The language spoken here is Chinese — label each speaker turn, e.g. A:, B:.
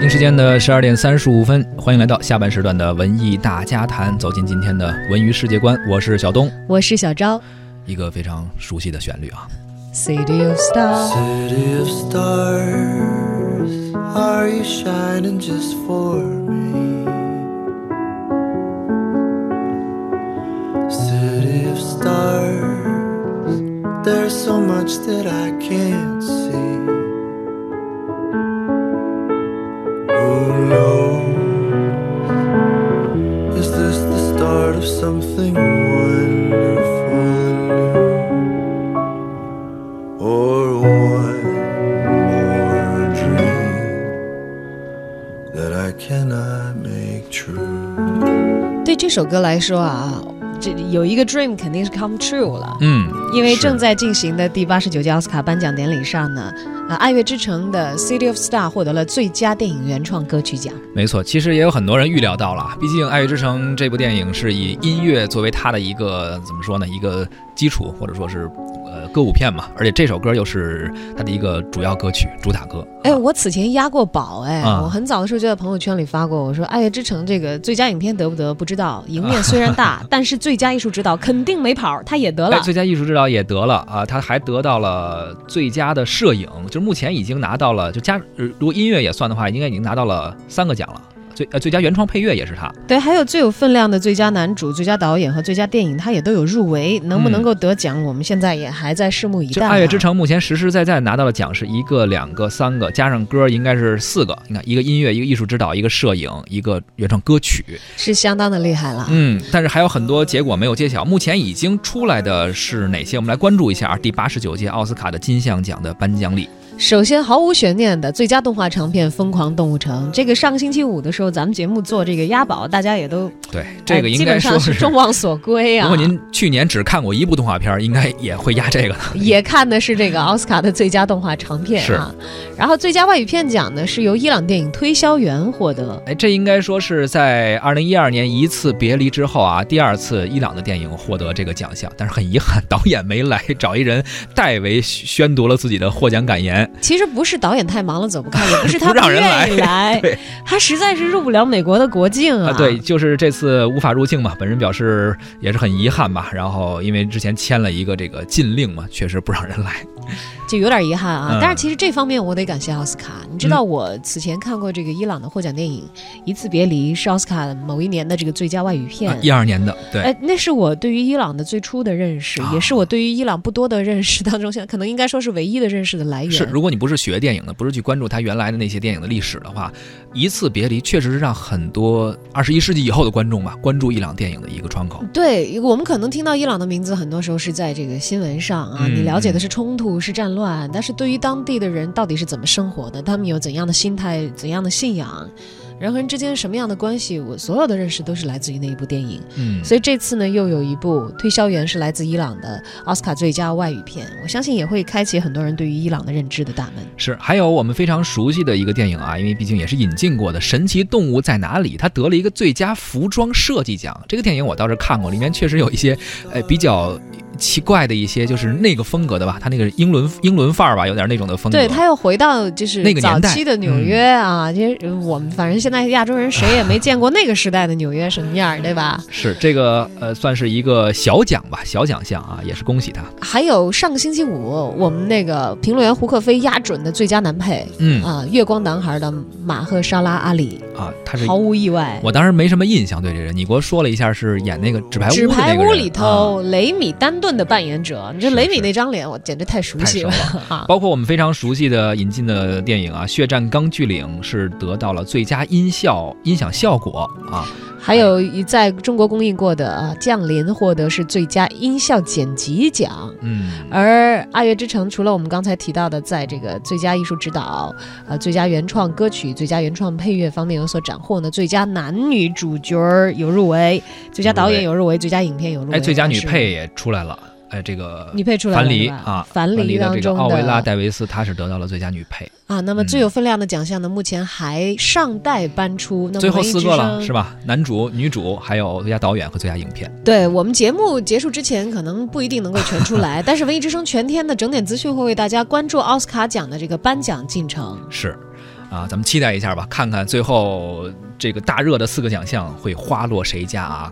A: 京时间的十二点三十五分，欢迎来到下半时段的文艺大家谈，走进今天的文娱世界观。我是小东，
B: 我是小昭。
A: 一个非常熟悉的旋律啊，
B: City of Stars，
C: City of stars, are you shining just for me? City of stars, there's so much that I can't see. Who knows? Is this the start of something wonderful and new? or one or a dream that I cannot make true.
B: 对这首歌来说啊，这有一个 dream 肯定是 come true 了。
A: 嗯，
B: 因为
A: 是
B: 正在进行的第八十九届奥斯卡颁奖典礼上呢，啊，《爱乐之城》的《City of Star》获得了最佳电影原创歌曲奖。
A: 没错，其实也有很多人预料到了啊，毕竟《爱乐之城》这部电影是以音乐作为它的一个怎么说呢，一个基础或者说是呃歌舞片嘛，而且这首歌又是它的一个主要歌曲、主打歌。
B: 哎，我此前压过宝，哎，
A: 啊
B: 我很早的时候就在朋友圈里发过，我说《爱乐之城》这个最佳影片得不得不知道，赢面虽然 大，但是最佳艺术指导肯定没跑，他也得
A: 哎，
B: 了。
A: 最佳艺术指导也得了啊，他还得到了最佳的摄影，就是目前已经拿到了，就加呃如果音乐也算的话，应该已经拿到了三个奖了。最呃最佳原创配乐也是他，
B: 对，还有最有分量的最佳男主、最佳导演和最佳电影，他也都有入围，能不能够得奖，我们现在也还在拭目以
A: 就
B: 待、
A: 《嗯
B: 啊。
A: 爱乐之城》目前实实在在拿到的奖是一个、两个、三个，加上歌应该是四个。你看，一个音乐，一个艺术指导，一个摄影，一个原创歌曲。
B: 是相当的厉害了。
A: 嗯，但是还有很多结果没有揭晓。目前已经出来的是哪些？我们来关注一下第八十九届奥斯卡的金像奖的颁奖礼。
B: 首先毫无悬念的最佳动画长片《疯狂动物城》，这个上个星期五的时候，咱们节目做这个押宝，大家也都
A: 对，这个
B: 哎
A: 应
B: 基
A: 该
B: 本
A: 说
B: 上是众望所归啊。
A: 如果您去年只看过一部动画片儿，应该也会压 这个的。
B: 也看的是这个奥斯卡的最佳动画长片啊，然后最佳外语片奖呢是由伊朗电影《推销员》获得。
A: 哎，这应该说是在二零一二年一次别离之后啊，第二次伊朗的电影获得这个奖项，但是很遗憾，导演没来，找一人代为宣读了自己的获奖感言。
B: 其实不是导演太忙了走 不开，也不是他
A: 不让人
B: 愿意来
A: 对
B: 他实在是入不了美国的国境啊。
A: 啊，对，就是这次无法入境嘛，本人表示也是很遗憾吧。然后因为之前签了一个这个禁令嘛，确实不让人来。啊
B: 就有点遗憾啊。
A: 嗯
B: 但是其实这方面我得感谢奥斯卡。你知道我此前看过这个伊朗的获奖电影《一次别离》，是奥斯卡某一年的这个最佳外语片。
A: 一二、12年的，啊对，
B: 哎，那是我对于伊朗的最初的认识，
A: 啊
B: 也是我对于伊朗不多的认识当中，现在可能应该说是唯一的认识的来源。
A: 是，如果你不是学电影的，不是去关注他原来的那些电影的历史的话，《一次别离》确实是让很多二十一世纪以后的观众吧，关注伊朗电影的一个窗口。
B: 对我们可能听到伊朗的名字，很多时候是在这个新闻上啊，
A: 嗯
B: 你了解的是冲突，是战乱，但是对于当地的人到底是怎么生活的，他们有怎样的心态，怎样的信仰，人和人之间什么样的关系，我所有的认识都是来自于那一部电影。
A: 嗯，
B: 所以这次呢，又有一部《推销员》是来自伊朗的奥斯卡最佳外语片，我相信也会开启很多人对于伊朗的认知的大门。
A: 是，还有我们非常熟悉的一个电影啊，因为毕竟也是引进过的《神奇动物在哪里》，它得了一个最佳服装设计奖。这个电影我倒是看过，里面确实有一些，呃，比较奇怪的一些，就是那个风格的吧，它那个英伦英伦范儿吧，有点那种的风格。
B: 对他又回到就是
A: 嗯那个
B: 早
A: 年代嗯
B: 期的纽约啊，其实我们反正现在亚洲人谁也没见过那个时代的纽约什么样儿，对吧？
A: 是这个呃，算是一个小奖吧，小奖项啊，也是恭喜他。
B: 还有上个星期五，我们那个评论员胡克飞压准的最佳男配
A: 嗯
B: 啊，月光男孩》的马赫沙拉阿里，
A: 啊，他是
B: 毫无意外。
A: 我当时没什么印象对这人，你给我说了一下是演那个纸牌屋的
B: 纸
A: 那个
B: 牌
A: 人
B: 屋里头，
A: 啊
B: 雷米丹顿的扮演者，你这
A: 是
B: 雷米
A: 是
B: 那张脸，我简直太熟
A: 太
B: 悉
A: 熟
B: 了
A: 了。
B: 啊！
A: 包括我们非常熟悉的引进的电影啊，《血战钢锯岭》是得到了最佳音效音响效果啊，
B: 还有一在中国公映过的啊《降临》获得是最佳音效剪辑奖。
A: 嗯，
B: 而《爱乐之城》除了我们刚才提到的，在这个最佳艺术指导、呃最佳原创歌曲、最佳原创配乐方面有所斩获呢，最佳男女主角儿有入围，最佳导演有入围，最佳影片有入围，
A: 哎，最佳女
B: 但是
A: 配也出来了，
B: 嗯
A: 哎，这个
B: 女配出来了
A: 樊梨
B: 是吧
A: 啊，
B: 樊
A: 樊
B: 梨
A: 的
B: 当
A: 这个
B: 中
A: 奥维拉·
B: 的
A: 戴维斯，她是得到了最佳女配，
B: 啊，那么
A: 嗯
B: 最有分量的奖项呢，目前还尚待颁出，那么
A: 最后
B: 文艺
A: 四
B: 之
A: 个了
B: 声
A: 是吧？男主、女主，还有最佳导演和最佳影片。
B: 对我们节目结束之前，可能不一定能够全出来，但是文艺之声全天的整点资讯会为大家关注奥斯卡奖的这个颁奖进程。
A: 是，啊，咱们期待一下吧，看看最后这个大热的四个奖项会花落谁家啊。